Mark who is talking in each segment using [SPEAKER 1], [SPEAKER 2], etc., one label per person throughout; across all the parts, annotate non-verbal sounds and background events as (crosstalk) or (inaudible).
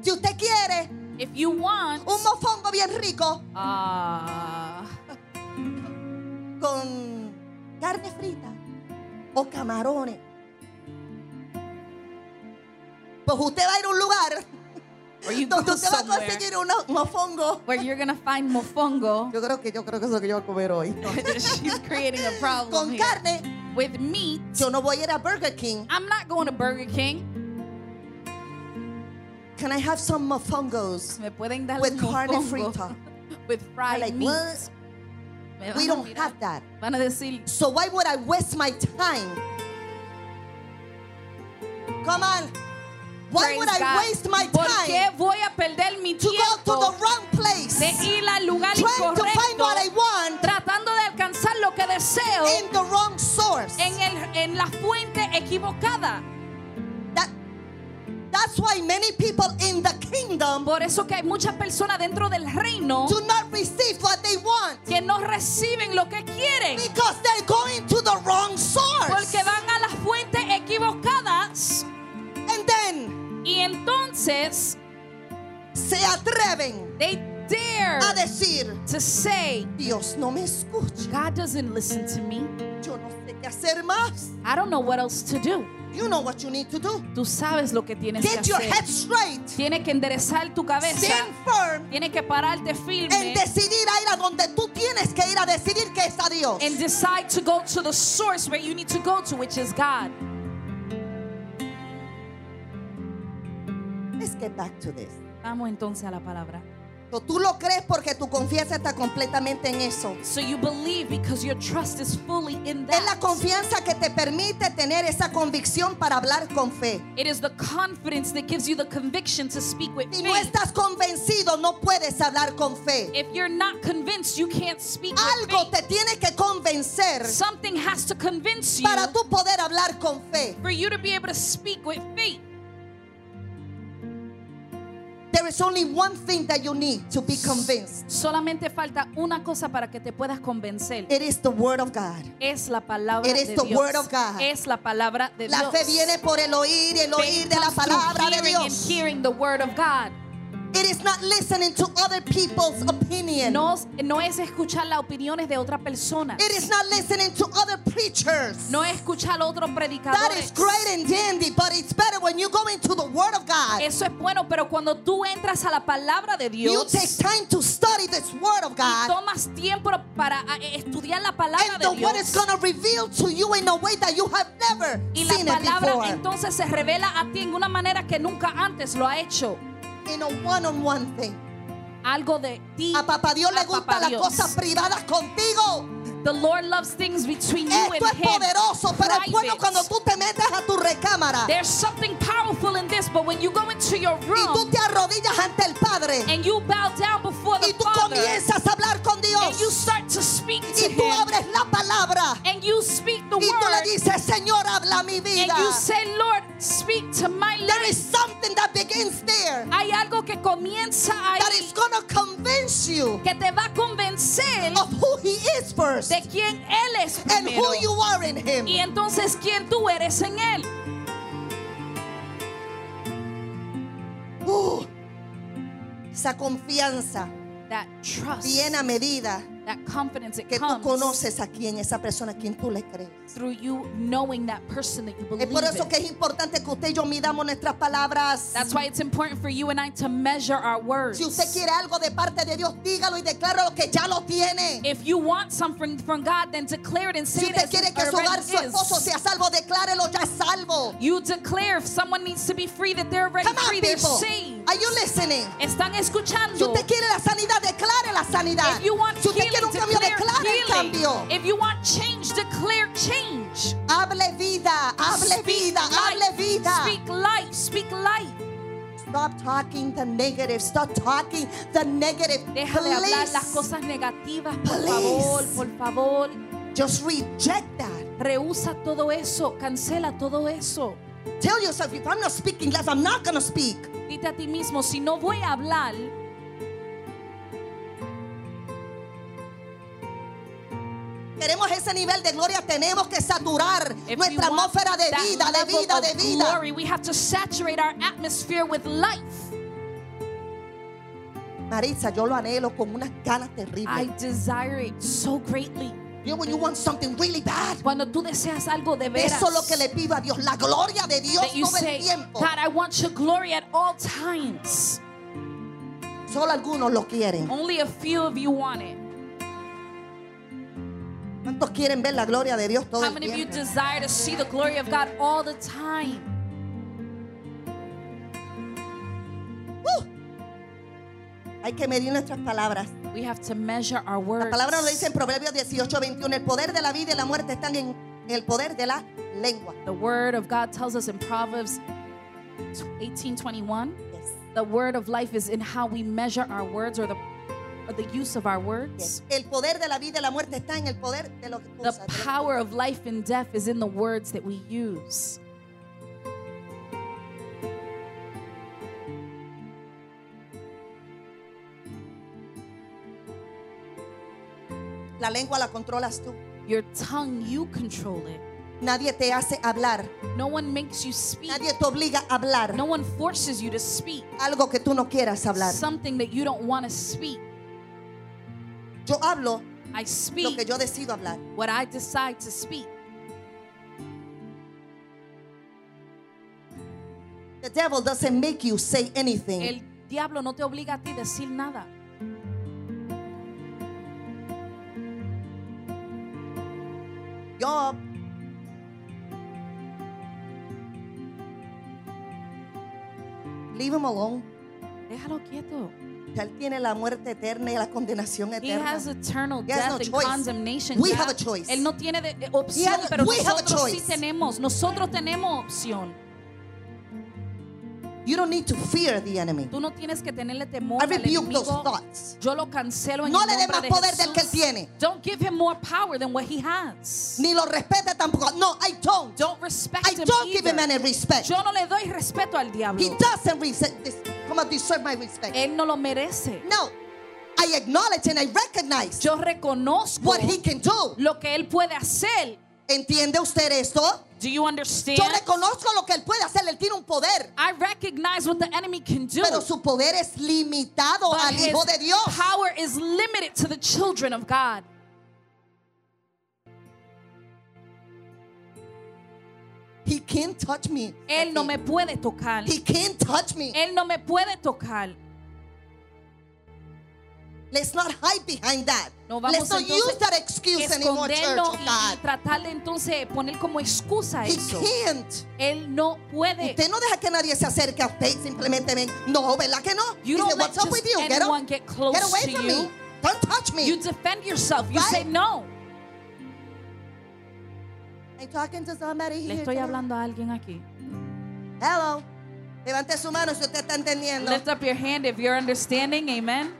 [SPEAKER 1] Si usted quiere
[SPEAKER 2] If you want
[SPEAKER 1] un mofongo bien rico
[SPEAKER 2] uh,
[SPEAKER 1] con carne frita o camarones, pues usted va a ir a un
[SPEAKER 2] (laughs)
[SPEAKER 1] lugar
[SPEAKER 2] or you
[SPEAKER 1] donde
[SPEAKER 2] go
[SPEAKER 1] usted va a
[SPEAKER 2] somewhere
[SPEAKER 1] conseguir unos mofongo.
[SPEAKER 2] where you're gonna find mofongo.
[SPEAKER 1] Yo creo que yo creo que es lo que yo voy a comer hoy.
[SPEAKER 2] She's creating a problem
[SPEAKER 1] Con
[SPEAKER 2] here.
[SPEAKER 1] carne,
[SPEAKER 2] with meat.
[SPEAKER 1] yo no voy a ir a Burger King.
[SPEAKER 2] I'm not going to Burger King.
[SPEAKER 1] Can I have some mofongos?
[SPEAKER 2] Me pueden dar
[SPEAKER 1] With
[SPEAKER 2] los
[SPEAKER 1] carne
[SPEAKER 2] mofongos
[SPEAKER 1] frita.
[SPEAKER 2] (laughs) with fried
[SPEAKER 1] like,
[SPEAKER 2] meat.
[SPEAKER 1] what?
[SPEAKER 2] Me van
[SPEAKER 1] We
[SPEAKER 2] a
[SPEAKER 1] don't
[SPEAKER 2] mirar.
[SPEAKER 1] have that.
[SPEAKER 2] Van a decir,
[SPEAKER 1] So why would I waste my time? Come on. Why
[SPEAKER 2] "Praise
[SPEAKER 1] would I
[SPEAKER 2] God,
[SPEAKER 1] waste my
[SPEAKER 2] ¿Por qué
[SPEAKER 1] time
[SPEAKER 2] voy a perder mi
[SPEAKER 1] to go to the
[SPEAKER 2] tiempo
[SPEAKER 1] wrong place?
[SPEAKER 2] de ir al lugar
[SPEAKER 1] Trying to find what I
[SPEAKER 2] incorrecto,
[SPEAKER 1] want
[SPEAKER 2] tratando de alcanzar lo que deseo
[SPEAKER 1] in the wrong source.
[SPEAKER 2] en, el, en la fuente equivocada?
[SPEAKER 1] That, that's why many people in the kingdom
[SPEAKER 2] Por eso que hay muchas personas dentro del reino
[SPEAKER 1] do not receive what they want
[SPEAKER 2] que no reciben lo que quieren
[SPEAKER 1] because they're going to the wrong source.
[SPEAKER 2] porque van a las fuentes equivocadas
[SPEAKER 1] And then
[SPEAKER 2] y entonces
[SPEAKER 1] se atreven
[SPEAKER 2] they dare
[SPEAKER 1] a decir,
[SPEAKER 2] to say,
[SPEAKER 1] Dios no me escucha.
[SPEAKER 2] God doesn't listen to me.
[SPEAKER 1] Yo no sé qué hacer más.
[SPEAKER 2] I don't know what else to do.
[SPEAKER 1] You know what you need to do.
[SPEAKER 2] Tú sabes lo que tienes
[SPEAKER 1] Get
[SPEAKER 2] que
[SPEAKER 1] your
[SPEAKER 2] hacer.
[SPEAKER 1] head straight.
[SPEAKER 2] Tienes que enderezar tu cabeza.
[SPEAKER 1] Stand firm.
[SPEAKER 2] Tienes que pararte firme.
[SPEAKER 1] En decidir a ir a donde tú tienes que ir a decidir que es a Dios.
[SPEAKER 2] And decide to go to the source where you need to go to, which is God.
[SPEAKER 1] Let's get back to this.
[SPEAKER 2] Vamos entonces a la palabra.
[SPEAKER 1] So, tú lo crees porque tu confianza está completamente en eso.
[SPEAKER 2] So you believe because your trust is fully in
[SPEAKER 1] Es la
[SPEAKER 2] that.
[SPEAKER 1] confianza que te permite tener esa convicción para hablar con fe.
[SPEAKER 2] It is the confidence that gives you the conviction to speak with
[SPEAKER 1] Si no
[SPEAKER 2] faith.
[SPEAKER 1] estás convencido, no puedes hablar con fe.
[SPEAKER 2] If you're not convinced, you can't speak with
[SPEAKER 1] Algo te
[SPEAKER 2] faith.
[SPEAKER 1] tiene que convencer
[SPEAKER 2] Something has to convince you
[SPEAKER 1] para tú poder hablar con fe.
[SPEAKER 2] for you to be able to speak with faith.
[SPEAKER 1] There is only one thing that you need to be convinced.
[SPEAKER 2] Solamente falta una cosa para que te puedas convencer.
[SPEAKER 1] It is the word of God.
[SPEAKER 2] Es la palabra
[SPEAKER 1] It is
[SPEAKER 2] de
[SPEAKER 1] Eh, the
[SPEAKER 2] Dios.
[SPEAKER 1] word of God.
[SPEAKER 2] Es la palabra de
[SPEAKER 1] La
[SPEAKER 2] Dios.
[SPEAKER 1] fe viene por el oír y el oír
[SPEAKER 2] Faith
[SPEAKER 1] de la
[SPEAKER 2] comes through
[SPEAKER 1] palabra de
[SPEAKER 2] hearing and
[SPEAKER 1] Dios.
[SPEAKER 2] hearing the word of God.
[SPEAKER 1] It is not listening to other people's opinion.
[SPEAKER 2] No, no es escuchar las opiniones de otra persona.
[SPEAKER 1] It is not listening to other preachers.
[SPEAKER 2] No es escuchar a otro predicador.
[SPEAKER 1] That is great and dandy, but it's better when you go into the word of God.
[SPEAKER 2] Eso es bueno, pero cuando tú entras a la palabra de
[SPEAKER 1] You
[SPEAKER 2] Dios,
[SPEAKER 1] take time to study this word of
[SPEAKER 2] y
[SPEAKER 1] God.
[SPEAKER 2] tomas tiempo para ah, eh, estudiar la palabra
[SPEAKER 1] And the
[SPEAKER 2] de Dios.
[SPEAKER 1] word is going to reveal to you in a way that you have never
[SPEAKER 2] Y la
[SPEAKER 1] seen it
[SPEAKER 2] palabra
[SPEAKER 1] before.
[SPEAKER 2] entonces se revela a ti en una manera que nunca antes lo ha hecho.
[SPEAKER 1] In a one-on-one thing.
[SPEAKER 2] Algo de ti.
[SPEAKER 1] A papá Dios le
[SPEAKER 2] a
[SPEAKER 1] gusta
[SPEAKER 2] papá
[SPEAKER 1] las
[SPEAKER 2] Dios.
[SPEAKER 1] cosas privadas contigo.
[SPEAKER 2] The Lord loves things between you and
[SPEAKER 1] Esto es
[SPEAKER 2] him.
[SPEAKER 1] poderoso, pero es bueno
[SPEAKER 2] Private.
[SPEAKER 1] cuando tú te metes a tu recámara.
[SPEAKER 2] There's something powerful in this, but when you go into your
[SPEAKER 1] y tú
[SPEAKER 2] room
[SPEAKER 1] te arrodillas ante el Padre
[SPEAKER 2] and you bow down before the
[SPEAKER 1] y tú
[SPEAKER 2] Father
[SPEAKER 1] comienzas a hablar con
[SPEAKER 2] and you
[SPEAKER 1] Dios
[SPEAKER 2] start to speak to
[SPEAKER 1] y tú
[SPEAKER 2] him
[SPEAKER 1] abres la palabra
[SPEAKER 2] and you speak the
[SPEAKER 1] y tú le
[SPEAKER 2] word
[SPEAKER 1] dices Señor habla a mi
[SPEAKER 2] and
[SPEAKER 1] vida
[SPEAKER 2] you say, Lord, speak to my
[SPEAKER 1] there is
[SPEAKER 2] life.
[SPEAKER 1] something that begins there
[SPEAKER 2] Hay algo que comienza
[SPEAKER 1] that
[SPEAKER 2] ahí
[SPEAKER 1] is gonna convince you
[SPEAKER 2] que te va a convencer
[SPEAKER 1] of who he is first
[SPEAKER 2] de quién Él es
[SPEAKER 1] Oh. and
[SPEAKER 2] primero
[SPEAKER 1] who you are in him
[SPEAKER 2] y entonces quién tú eres en Él.
[SPEAKER 1] Uh, esa confianza
[SPEAKER 2] That trust,
[SPEAKER 1] viene a medida
[SPEAKER 2] that confidence, it
[SPEAKER 1] que tú
[SPEAKER 2] comes
[SPEAKER 1] conoces a quién esa persona a quien tú le crees
[SPEAKER 2] through you knowing that person that you
[SPEAKER 1] es
[SPEAKER 2] believe
[SPEAKER 1] por eso
[SPEAKER 2] in.
[SPEAKER 1] que es importante que usted y yo midamos nuestras palabras
[SPEAKER 2] That's why it's important for you and I to measure our words.
[SPEAKER 1] Si usted quiere algo de parte de Dios, dígalo y decláralo que ya lo tiene.
[SPEAKER 2] If you want something from God, then declare it and say
[SPEAKER 1] Si
[SPEAKER 2] it as
[SPEAKER 1] usted quiere que su
[SPEAKER 2] already
[SPEAKER 1] hogar, su
[SPEAKER 2] is.
[SPEAKER 1] esposo sea salvo, declárelo ya es salvo.
[SPEAKER 2] You declare if someone needs to be free that they're already
[SPEAKER 1] Come on,
[SPEAKER 2] free, they're
[SPEAKER 1] people.
[SPEAKER 2] saved.
[SPEAKER 1] Are you listening?
[SPEAKER 2] Están escuchando.
[SPEAKER 1] Si usted quiere la sanidad, declare la sanidad.
[SPEAKER 2] If you want
[SPEAKER 1] Si usted
[SPEAKER 2] healing,
[SPEAKER 1] quiere un cambio,
[SPEAKER 2] declare
[SPEAKER 1] declare el
[SPEAKER 2] healing.
[SPEAKER 1] cambio.
[SPEAKER 2] If you want change, declare change.
[SPEAKER 1] Hable vida, hable
[SPEAKER 2] Speak
[SPEAKER 1] vida,
[SPEAKER 2] life.
[SPEAKER 1] hable vida.
[SPEAKER 2] Speak life, speak life.
[SPEAKER 1] Stop talking the negative, stop talking the negative.
[SPEAKER 2] Deja de hablar las
[SPEAKER 1] Please,
[SPEAKER 2] cosas negativas, por
[SPEAKER 1] Please.
[SPEAKER 2] favor, por favor.
[SPEAKER 1] just reject that.
[SPEAKER 2] Rehúsa todo eso, cancela todo eso.
[SPEAKER 1] Tell yourself, if I'm not speaking less, I'm not going to speak.
[SPEAKER 2] Dite a ti mismo, si no voy a hablar,
[SPEAKER 1] Queremos ese nivel de gloria, tenemos que saturar
[SPEAKER 2] if we
[SPEAKER 1] nuestra
[SPEAKER 2] want
[SPEAKER 1] atmósfera de
[SPEAKER 2] that
[SPEAKER 1] vida, de
[SPEAKER 2] level
[SPEAKER 1] vida,
[SPEAKER 2] of
[SPEAKER 1] de vida.
[SPEAKER 2] glory, we have to saturate our atmosphere with life.
[SPEAKER 1] Maritza, yo lo anhelo con unas ganas
[SPEAKER 2] I
[SPEAKER 1] terribles.
[SPEAKER 2] desire it so greatly.
[SPEAKER 1] You know, when you want something really bad,
[SPEAKER 2] Cuando tú deseas algo de veras,
[SPEAKER 1] eso es lo que le pido a Dios, la gloria de Dios
[SPEAKER 2] that you
[SPEAKER 1] todo el
[SPEAKER 2] say,
[SPEAKER 1] tiempo.
[SPEAKER 2] God, I want your glory at all times.
[SPEAKER 1] Solo algunos lo quieren.
[SPEAKER 2] Only a few of you want it.
[SPEAKER 1] ¿Cuántos quieren ver la gloria de Dios todo
[SPEAKER 2] How
[SPEAKER 1] el
[SPEAKER 2] many of you
[SPEAKER 1] tiempo?
[SPEAKER 2] desire to see the glory of God all the time?
[SPEAKER 1] ¡Uh! Hay que medir nuestras palabras.
[SPEAKER 2] We have to measure our
[SPEAKER 1] La palabra nos lo
[SPEAKER 2] words.
[SPEAKER 1] dice en Proverbios 18, 21. El poder de la vida y la muerte están en el poder de la lengua.
[SPEAKER 2] The word of God tells us in Proverbs 18:21,
[SPEAKER 1] Yes,
[SPEAKER 2] the word of life is in how we measure our words or the or the use of our words.
[SPEAKER 1] yes. El poder de la vida y la muerte está en el poder de los
[SPEAKER 2] The
[SPEAKER 1] cosas, de las
[SPEAKER 2] power of life and death is in the words that we use.
[SPEAKER 1] La lengua la controlas tú.
[SPEAKER 2] Your tongue, you control it.
[SPEAKER 1] Nadie te hace hablar.
[SPEAKER 2] No one makes you speak.
[SPEAKER 1] Nadie te obliga a hablar
[SPEAKER 2] No one forces you to speak
[SPEAKER 1] algo que tú no quieras hablar.
[SPEAKER 2] something that you don't want to speak.
[SPEAKER 1] Yo hablo lo
[SPEAKER 2] I
[SPEAKER 1] que
[SPEAKER 2] speak
[SPEAKER 1] yo decido hablar.
[SPEAKER 2] what I decide to speak.
[SPEAKER 1] The devil doesn't make you say anything.
[SPEAKER 2] El diablo no te obliga a ti a decir nada.
[SPEAKER 1] Yo Leave him alone.
[SPEAKER 2] Déjalo quieto.
[SPEAKER 1] Ya él tiene la muerte eterna y la condenación
[SPEAKER 2] He has
[SPEAKER 1] eterna.
[SPEAKER 2] eternal
[SPEAKER 1] He has no
[SPEAKER 2] death and
[SPEAKER 1] choice.
[SPEAKER 2] condemnation.
[SPEAKER 1] We
[SPEAKER 2] ya.
[SPEAKER 1] have a choice.
[SPEAKER 2] Él no tiene de- eh, opción,
[SPEAKER 1] He has-
[SPEAKER 2] pero
[SPEAKER 1] we have a
[SPEAKER 2] nosotros sí
[SPEAKER 1] choice.
[SPEAKER 2] tenemos. Nosotros tenemos opción.
[SPEAKER 1] You don't need to fear the enemy.
[SPEAKER 2] Tú no tienes que tenerle temor
[SPEAKER 1] I
[SPEAKER 2] al
[SPEAKER 1] rebuke those
[SPEAKER 2] enemigo.
[SPEAKER 1] thoughts.
[SPEAKER 2] Yo lo cancelo en
[SPEAKER 1] No
[SPEAKER 2] el
[SPEAKER 1] le dé
[SPEAKER 2] nombre
[SPEAKER 1] más
[SPEAKER 2] de
[SPEAKER 1] poder del que él
[SPEAKER 2] Jesús.
[SPEAKER 1] tiene.
[SPEAKER 2] Don't give him more power than what he has.
[SPEAKER 1] Ni lo respete tampoco. No, I don't.
[SPEAKER 2] Don't respect
[SPEAKER 1] I
[SPEAKER 2] him
[SPEAKER 1] don't give him
[SPEAKER 2] either.
[SPEAKER 1] any respect.
[SPEAKER 2] Yo no le doy respeto al diablo.
[SPEAKER 1] He doesn't resent this. Come on, deserve my respect.
[SPEAKER 2] Él no lo merece.
[SPEAKER 1] No, I acknowledge and I recognize
[SPEAKER 2] Yo reconozco
[SPEAKER 1] what he can do.
[SPEAKER 2] lo que él puede hacer.
[SPEAKER 1] ¿Entiende usted esto?
[SPEAKER 2] Do you understand?
[SPEAKER 1] Yo reconozco lo que él puede hacer. Él tiene un poder,
[SPEAKER 2] I recognize what the enemy can do.
[SPEAKER 1] pero su poder es limitado
[SPEAKER 2] but
[SPEAKER 1] al
[SPEAKER 2] his
[SPEAKER 1] Hijo de Dios.
[SPEAKER 2] power is limited to the children of God.
[SPEAKER 1] He can't touch me.
[SPEAKER 2] Él no me puede tocar.
[SPEAKER 1] He can't touch me.
[SPEAKER 2] Él no me puede tocar.
[SPEAKER 1] Let's not hide behind that.
[SPEAKER 2] No vamos
[SPEAKER 1] Let's not
[SPEAKER 2] entonces
[SPEAKER 1] use that excuse anymore, church
[SPEAKER 2] Esconderlo
[SPEAKER 1] of
[SPEAKER 2] y, y
[SPEAKER 1] God.
[SPEAKER 2] tratar de entonces poner como excusa
[SPEAKER 1] He
[SPEAKER 2] eso.
[SPEAKER 1] can't.
[SPEAKER 2] Él no puede.
[SPEAKER 1] Usted no deja que nadie se acerque a usted y simplemente ven. No, ¿verdad que no? Dice,
[SPEAKER 2] You don't let
[SPEAKER 1] what's up
[SPEAKER 2] just
[SPEAKER 1] with you? Get,
[SPEAKER 2] anyone
[SPEAKER 1] up.
[SPEAKER 2] get close
[SPEAKER 1] Get away
[SPEAKER 2] to
[SPEAKER 1] from
[SPEAKER 2] you.
[SPEAKER 1] me. Don't touch me.
[SPEAKER 2] You defend yourself. You
[SPEAKER 1] Right?
[SPEAKER 2] say no.
[SPEAKER 1] I'm talking to somebody
[SPEAKER 2] Le
[SPEAKER 1] here
[SPEAKER 2] estoy
[SPEAKER 1] tonight.
[SPEAKER 2] hablando a alguien aquí.
[SPEAKER 1] Hello. Levante su mano si usted está entendiendo.
[SPEAKER 2] Lift up your hand if you're understanding. Amen.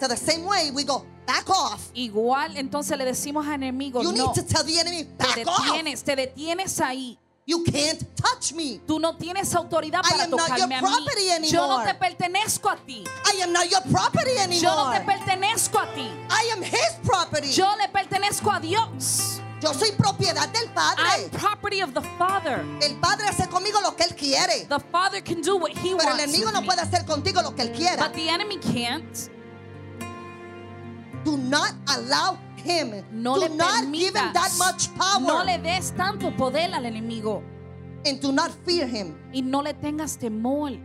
[SPEAKER 1] So the same way we go back off.
[SPEAKER 2] Igual entonces le decimos al enemigo,
[SPEAKER 1] You
[SPEAKER 2] no,
[SPEAKER 1] need to tell the enemy
[SPEAKER 2] te
[SPEAKER 1] back off.
[SPEAKER 2] detienes, te detienes ahí.
[SPEAKER 1] You can't touch me.
[SPEAKER 2] Tú no tienes autoridad
[SPEAKER 1] I
[SPEAKER 2] para
[SPEAKER 1] am not your
[SPEAKER 2] tocarme a mí.
[SPEAKER 1] property
[SPEAKER 2] Yo no
[SPEAKER 1] anymore.
[SPEAKER 2] te pertenezco a ti.
[SPEAKER 1] I am not your property anymore.
[SPEAKER 2] Yo no te pertenezco a ti.
[SPEAKER 1] I am his property.
[SPEAKER 2] Yo le pertenezco a Dios.
[SPEAKER 1] Yo soy propiedad del
[SPEAKER 2] I'm
[SPEAKER 1] Padre.
[SPEAKER 2] property of the Father.
[SPEAKER 1] El Padre hace conmigo lo que él quiere.
[SPEAKER 2] The Father can do what he
[SPEAKER 1] Pero el
[SPEAKER 2] wants.
[SPEAKER 1] enemigo
[SPEAKER 2] with
[SPEAKER 1] no
[SPEAKER 2] me.
[SPEAKER 1] puede hacer contigo lo que él quiera.
[SPEAKER 2] But the enemy can't.
[SPEAKER 1] Do not allow him.
[SPEAKER 2] No
[SPEAKER 1] do
[SPEAKER 2] le
[SPEAKER 1] not give him that
[SPEAKER 2] permitas.
[SPEAKER 1] much power.
[SPEAKER 2] No le des tanto poder al enemigo.
[SPEAKER 1] and do not fear him.
[SPEAKER 2] Y no le tengas temor.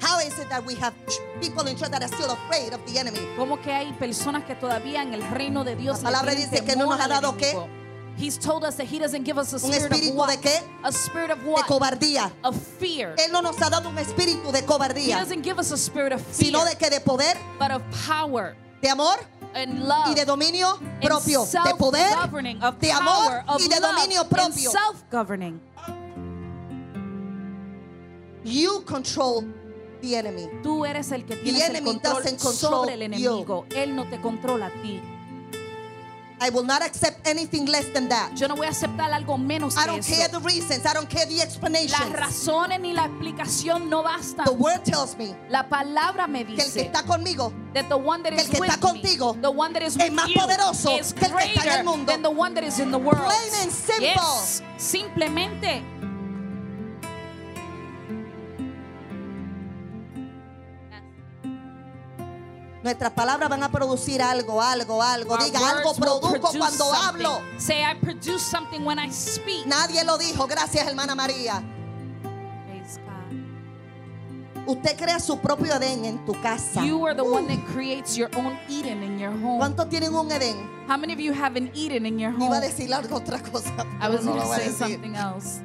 [SPEAKER 1] How is it that we have people in church that are still afraid of the enemy?
[SPEAKER 2] Como que hay personas que todavía en el reino de Dios
[SPEAKER 1] La palabra
[SPEAKER 2] le tienen
[SPEAKER 1] dice que no
[SPEAKER 2] temor
[SPEAKER 1] nos ha
[SPEAKER 2] al
[SPEAKER 1] dado
[SPEAKER 2] enemigo. He's told us that he doesn't give us a
[SPEAKER 1] ¿Un
[SPEAKER 2] spirit of
[SPEAKER 1] espíritu de
[SPEAKER 2] what?
[SPEAKER 1] qué?
[SPEAKER 2] A spirit of
[SPEAKER 1] De
[SPEAKER 2] what?
[SPEAKER 1] cobardía.
[SPEAKER 2] Of fear.
[SPEAKER 1] Él no nos ha dado un espíritu de
[SPEAKER 2] He
[SPEAKER 1] cobardía,
[SPEAKER 2] doesn't give us a spirit of fear,
[SPEAKER 1] sino de que de poder,
[SPEAKER 2] but of power
[SPEAKER 1] de amor
[SPEAKER 2] and love.
[SPEAKER 1] y de dominio
[SPEAKER 2] and
[SPEAKER 1] propio. De poder,
[SPEAKER 2] self-governing, of
[SPEAKER 1] de
[SPEAKER 2] power,
[SPEAKER 1] amor
[SPEAKER 2] of
[SPEAKER 1] y de
[SPEAKER 2] love,
[SPEAKER 1] dominio
[SPEAKER 2] and
[SPEAKER 1] propio.
[SPEAKER 2] self-governing.
[SPEAKER 1] You control the enemy.
[SPEAKER 2] Tú eres el que tienes el
[SPEAKER 1] enemy
[SPEAKER 2] control
[SPEAKER 1] doesn't control
[SPEAKER 2] sobre el
[SPEAKER 1] you.
[SPEAKER 2] enemigo. Él no te controla a ti.
[SPEAKER 1] I will not accept anything less than that.
[SPEAKER 2] Yo no voy a aceptar algo menos
[SPEAKER 1] I
[SPEAKER 2] que
[SPEAKER 1] don't care
[SPEAKER 2] eso.
[SPEAKER 1] the reasons, I don't care the
[SPEAKER 2] Las
[SPEAKER 1] explanations.
[SPEAKER 2] razones ni la explicación no bastan.
[SPEAKER 1] The word tells me
[SPEAKER 2] La palabra me
[SPEAKER 1] que el que
[SPEAKER 2] dice
[SPEAKER 1] está conmigo
[SPEAKER 2] that the one that
[SPEAKER 1] que el
[SPEAKER 2] is
[SPEAKER 1] que
[SPEAKER 2] with
[SPEAKER 1] está contigo
[SPEAKER 2] me, the one that is
[SPEAKER 1] es
[SPEAKER 2] with
[SPEAKER 1] más
[SPEAKER 2] you
[SPEAKER 1] poderoso
[SPEAKER 2] is
[SPEAKER 1] que el que está en el
[SPEAKER 2] greater
[SPEAKER 1] mundo.
[SPEAKER 2] than the one that is in the world.
[SPEAKER 1] Plain and simple.
[SPEAKER 2] Yes, simplemente.
[SPEAKER 1] Nuestras palabras van a producir algo, algo, algo.
[SPEAKER 2] Our
[SPEAKER 1] Diga algo
[SPEAKER 2] words will
[SPEAKER 1] produzco
[SPEAKER 2] produce
[SPEAKER 1] cuando
[SPEAKER 2] something.
[SPEAKER 1] hablo.
[SPEAKER 2] Say I produce something when I speak.
[SPEAKER 1] Nadie lo dijo, gracias hermana María.
[SPEAKER 2] Praise God.
[SPEAKER 1] Usted crea su propio Edén en tu casa.
[SPEAKER 2] You are the
[SPEAKER 1] Uh,
[SPEAKER 2] one that creates your own Eden in your home.
[SPEAKER 1] ¿Cuántos tienen un Edén?
[SPEAKER 2] How many of you have an Eden in your
[SPEAKER 1] Iba a
[SPEAKER 2] home?
[SPEAKER 1] decir algo otra cosa.
[SPEAKER 2] I
[SPEAKER 1] pero
[SPEAKER 2] was
[SPEAKER 1] no
[SPEAKER 2] going
[SPEAKER 1] lo
[SPEAKER 2] to
[SPEAKER 1] voy a
[SPEAKER 2] say
[SPEAKER 1] decir.
[SPEAKER 2] something else.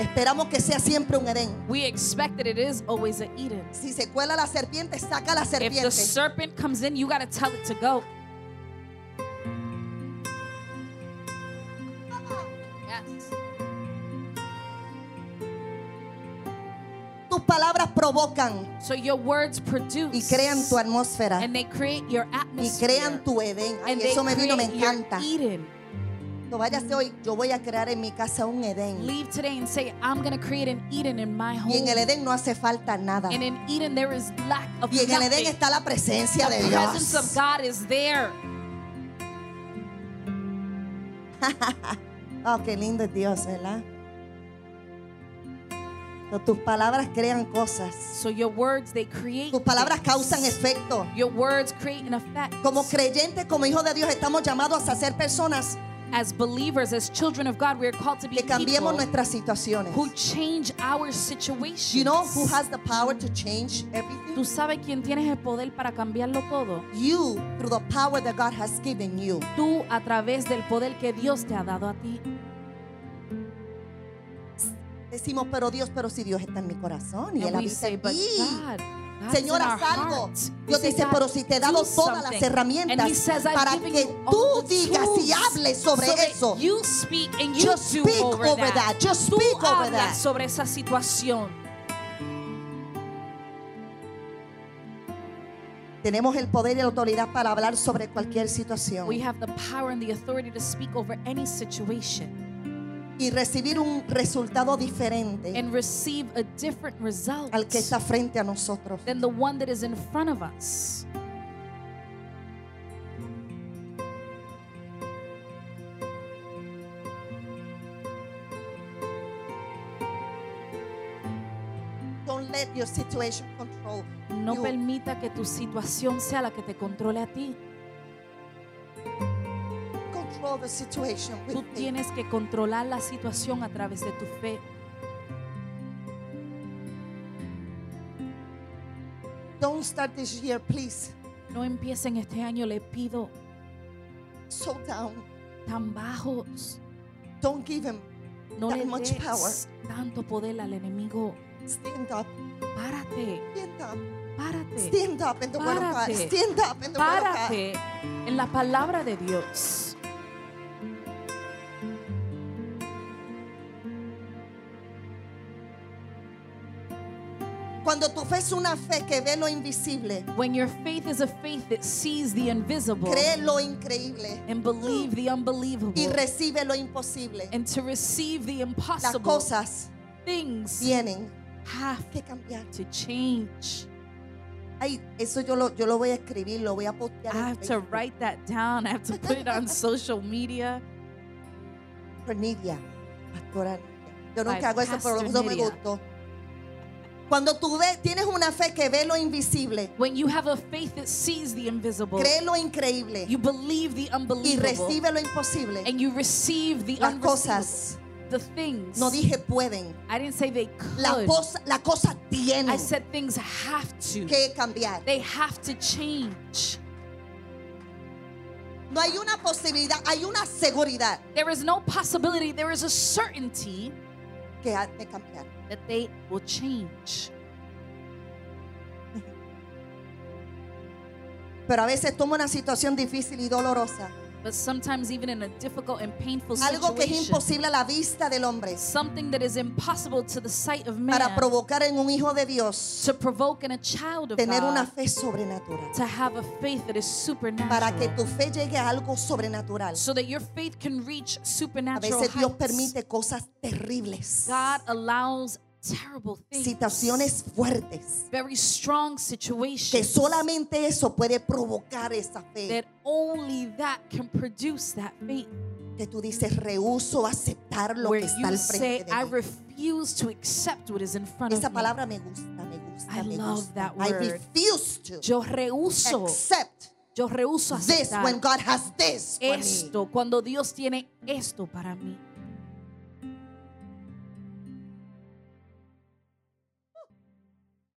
[SPEAKER 1] Esperamos que sea siempre un Edén.
[SPEAKER 2] We expect that it is always an Eden.
[SPEAKER 1] Si se cuela la serpiente, saca la
[SPEAKER 2] If the
[SPEAKER 1] serpiente.
[SPEAKER 2] serpent comes in, you got to tell it to go. Yes.
[SPEAKER 1] Tus palabras provocan
[SPEAKER 2] So your words
[SPEAKER 1] y
[SPEAKER 2] produce
[SPEAKER 1] crean tu atmósfera
[SPEAKER 2] and they create your
[SPEAKER 1] y
[SPEAKER 2] atmosphere.
[SPEAKER 1] crean tu Edén. Ay,
[SPEAKER 2] and they
[SPEAKER 1] eso me vino, me
[SPEAKER 2] create your
[SPEAKER 1] encanta.
[SPEAKER 2] Eden.
[SPEAKER 1] No váyase hoy, yo voy a crear en mi casa un Edén.
[SPEAKER 2] Leave today and say, I'm going to create an Eden in my home.
[SPEAKER 1] Y en el Edén no hace falta nada.
[SPEAKER 2] and in Eden, there is lack of
[SPEAKER 1] Y en el Edén
[SPEAKER 2] nothing.
[SPEAKER 1] está la presencia de
[SPEAKER 2] the presence of
[SPEAKER 1] Dios.
[SPEAKER 2] God is there.
[SPEAKER 1] Oh, qué lindo es Dios, ¿verdad? Pero tus palabras crean cosas.
[SPEAKER 2] So your words, they create
[SPEAKER 1] Tus palabras
[SPEAKER 2] things.
[SPEAKER 1] causan efecto.
[SPEAKER 2] Your words create an effect.
[SPEAKER 1] Como creyentes, como hijos de Dios, estamos llamados a ser personas
[SPEAKER 2] as believers, as children of God, we are called to be
[SPEAKER 1] que cambiemos
[SPEAKER 2] people
[SPEAKER 1] nuestras situaciones.
[SPEAKER 2] who change our situation.
[SPEAKER 1] You know who has the power to change everything?
[SPEAKER 2] Tú sabes quién tienes el poder para cambiarlo todo.
[SPEAKER 1] You, through the power that God has given you.
[SPEAKER 2] Tú a través del poder que Dios te ha dado a ti.
[SPEAKER 1] Decimos, pero Dios, pero si Dios está en mi corazón y Él
[SPEAKER 2] And we
[SPEAKER 1] habita
[SPEAKER 2] say,
[SPEAKER 1] en
[SPEAKER 2] but
[SPEAKER 1] mí.
[SPEAKER 2] God, God's in
[SPEAKER 1] Señora,
[SPEAKER 2] our
[SPEAKER 1] haz algo.
[SPEAKER 2] hearts. We
[SPEAKER 1] Dios
[SPEAKER 2] say,
[SPEAKER 1] dice,
[SPEAKER 2] God,
[SPEAKER 1] pero si te he dado
[SPEAKER 2] do
[SPEAKER 1] todas las
[SPEAKER 2] something. And he
[SPEAKER 1] herramientas
[SPEAKER 2] says, I've
[SPEAKER 1] para
[SPEAKER 2] given
[SPEAKER 1] que
[SPEAKER 2] you all
[SPEAKER 1] tú
[SPEAKER 2] the
[SPEAKER 1] digas y
[SPEAKER 2] tools
[SPEAKER 1] hables sobre
[SPEAKER 2] so that
[SPEAKER 1] eso.
[SPEAKER 2] You speak and you
[SPEAKER 1] Just
[SPEAKER 2] do
[SPEAKER 1] speak
[SPEAKER 2] over,
[SPEAKER 1] over that. Just
[SPEAKER 2] Tú
[SPEAKER 1] speak over
[SPEAKER 2] hablas
[SPEAKER 1] that.
[SPEAKER 2] sobre esa situación.
[SPEAKER 1] Tenemos el poder y la autoridad para hablar sobre cualquier situación
[SPEAKER 2] We have the power and the authority to speak over any situation
[SPEAKER 1] y recibir un resultado diferente
[SPEAKER 2] and receive a different result
[SPEAKER 1] al que está frente a nosotros.
[SPEAKER 2] than the one that is in front of us.
[SPEAKER 1] Don't let your situation control
[SPEAKER 2] No
[SPEAKER 1] you.
[SPEAKER 2] permita que tu situación sea la que te controle a ti.
[SPEAKER 1] Control the situation with
[SPEAKER 2] Tú
[SPEAKER 1] faith.
[SPEAKER 2] tienes que controlar la situación a través de tu fe.
[SPEAKER 1] Don't start this year, please.
[SPEAKER 2] No empiecen este año, le pido,
[SPEAKER 1] So down.
[SPEAKER 2] tan bajos.
[SPEAKER 1] Don't give him.
[SPEAKER 2] No
[SPEAKER 1] That
[SPEAKER 2] le
[SPEAKER 1] much
[SPEAKER 2] des
[SPEAKER 1] power.
[SPEAKER 2] tanto poder al enemigo.
[SPEAKER 1] Stand up.
[SPEAKER 2] Párate,
[SPEAKER 1] Stand up.
[SPEAKER 2] párate,
[SPEAKER 1] Stand up in the word of God.
[SPEAKER 2] Párate.
[SPEAKER 1] Stand up in the word of God.
[SPEAKER 2] párate en la palabra de Dios.
[SPEAKER 1] Cuando tu fe es una fe que ve lo invisible,
[SPEAKER 2] When your faith is a faith that sees the invisible
[SPEAKER 1] cree lo increíble
[SPEAKER 2] and believe the
[SPEAKER 1] y
[SPEAKER 2] unbelievable
[SPEAKER 1] recibe lo imposible.
[SPEAKER 2] and to receive the
[SPEAKER 1] Las
[SPEAKER 2] impossible,
[SPEAKER 1] cosas
[SPEAKER 2] things
[SPEAKER 1] tienen
[SPEAKER 2] have
[SPEAKER 1] que cambiar.
[SPEAKER 2] to change.
[SPEAKER 1] Ay, eso yo lo, yo lo voy a escribir, lo voy a postear.
[SPEAKER 2] I
[SPEAKER 1] en
[SPEAKER 2] have to
[SPEAKER 1] Facebook.
[SPEAKER 2] write that down. I have to put
[SPEAKER 1] (laughs)
[SPEAKER 2] it on social media.
[SPEAKER 1] Por Nidia, pastora Nidia. Yo nunca
[SPEAKER 2] By
[SPEAKER 1] hago eso, pero
[SPEAKER 2] Pastor
[SPEAKER 1] eso me
[SPEAKER 2] Nidia.
[SPEAKER 1] gustó. Cuando tú ves, tienes una fe que ve lo invisible,
[SPEAKER 2] When you have a faith that sees the invisible,
[SPEAKER 1] cree lo increíble
[SPEAKER 2] you believe
[SPEAKER 1] y
[SPEAKER 2] the unbelievable.
[SPEAKER 1] recibe lo imposible.
[SPEAKER 2] and you receive the
[SPEAKER 1] Las
[SPEAKER 2] unreceivable.
[SPEAKER 1] cosas,
[SPEAKER 2] the things.
[SPEAKER 1] no dije pueden,
[SPEAKER 2] I didn't say they
[SPEAKER 1] la
[SPEAKER 2] could.
[SPEAKER 1] cosa, la cosa tiene
[SPEAKER 2] I said things have to.
[SPEAKER 1] que cambiar.
[SPEAKER 2] They have to change.
[SPEAKER 1] No hay una posibilidad, hay una seguridad
[SPEAKER 2] There is no possibility. There is a certainty
[SPEAKER 1] que ha de cambiar.
[SPEAKER 2] that they will change.
[SPEAKER 1] Pero a veces toma una situación difícil y dolorosa
[SPEAKER 2] But sometimes, even in a difficult and painful
[SPEAKER 1] algo que es
[SPEAKER 2] situation,
[SPEAKER 1] imposible a la vista del hombre
[SPEAKER 2] something that is impossible to the sight of man,
[SPEAKER 1] para provocar en un hijo de Dios
[SPEAKER 2] to provoke in a child of
[SPEAKER 1] tener
[SPEAKER 2] God
[SPEAKER 1] una fe sobrenatural
[SPEAKER 2] to have a faith that is supernatural,
[SPEAKER 1] para que tu fe llegue a algo sobrenatural.
[SPEAKER 2] so that your faith can reach
[SPEAKER 1] A
[SPEAKER 2] supernatural
[SPEAKER 1] veces Dios
[SPEAKER 2] heights.
[SPEAKER 1] permite cosas terribles,
[SPEAKER 2] God allows terrible things,
[SPEAKER 1] situaciones fuertes,
[SPEAKER 2] very strong
[SPEAKER 1] que
[SPEAKER 2] situations,
[SPEAKER 1] solamente eso puede provocar esa fe
[SPEAKER 2] that only that can produce that faith.
[SPEAKER 1] que tú dices rehuso aceptar lo
[SPEAKER 2] where
[SPEAKER 1] que está
[SPEAKER 2] you
[SPEAKER 1] al
[SPEAKER 2] say,
[SPEAKER 1] frente de
[SPEAKER 2] I
[SPEAKER 1] mí.
[SPEAKER 2] refuse to accept what is in front
[SPEAKER 1] Esa
[SPEAKER 2] of me.
[SPEAKER 1] palabra me gusta, me gusta,
[SPEAKER 2] I
[SPEAKER 1] me
[SPEAKER 2] love
[SPEAKER 1] gusta.
[SPEAKER 2] that
[SPEAKER 1] I
[SPEAKER 2] word.
[SPEAKER 1] refuse to
[SPEAKER 2] Yo rehúso,
[SPEAKER 1] accept
[SPEAKER 2] yo rehúso
[SPEAKER 1] this when
[SPEAKER 2] aceptar
[SPEAKER 1] God has this for me.
[SPEAKER 2] esto cuando Dios tiene esto para mí.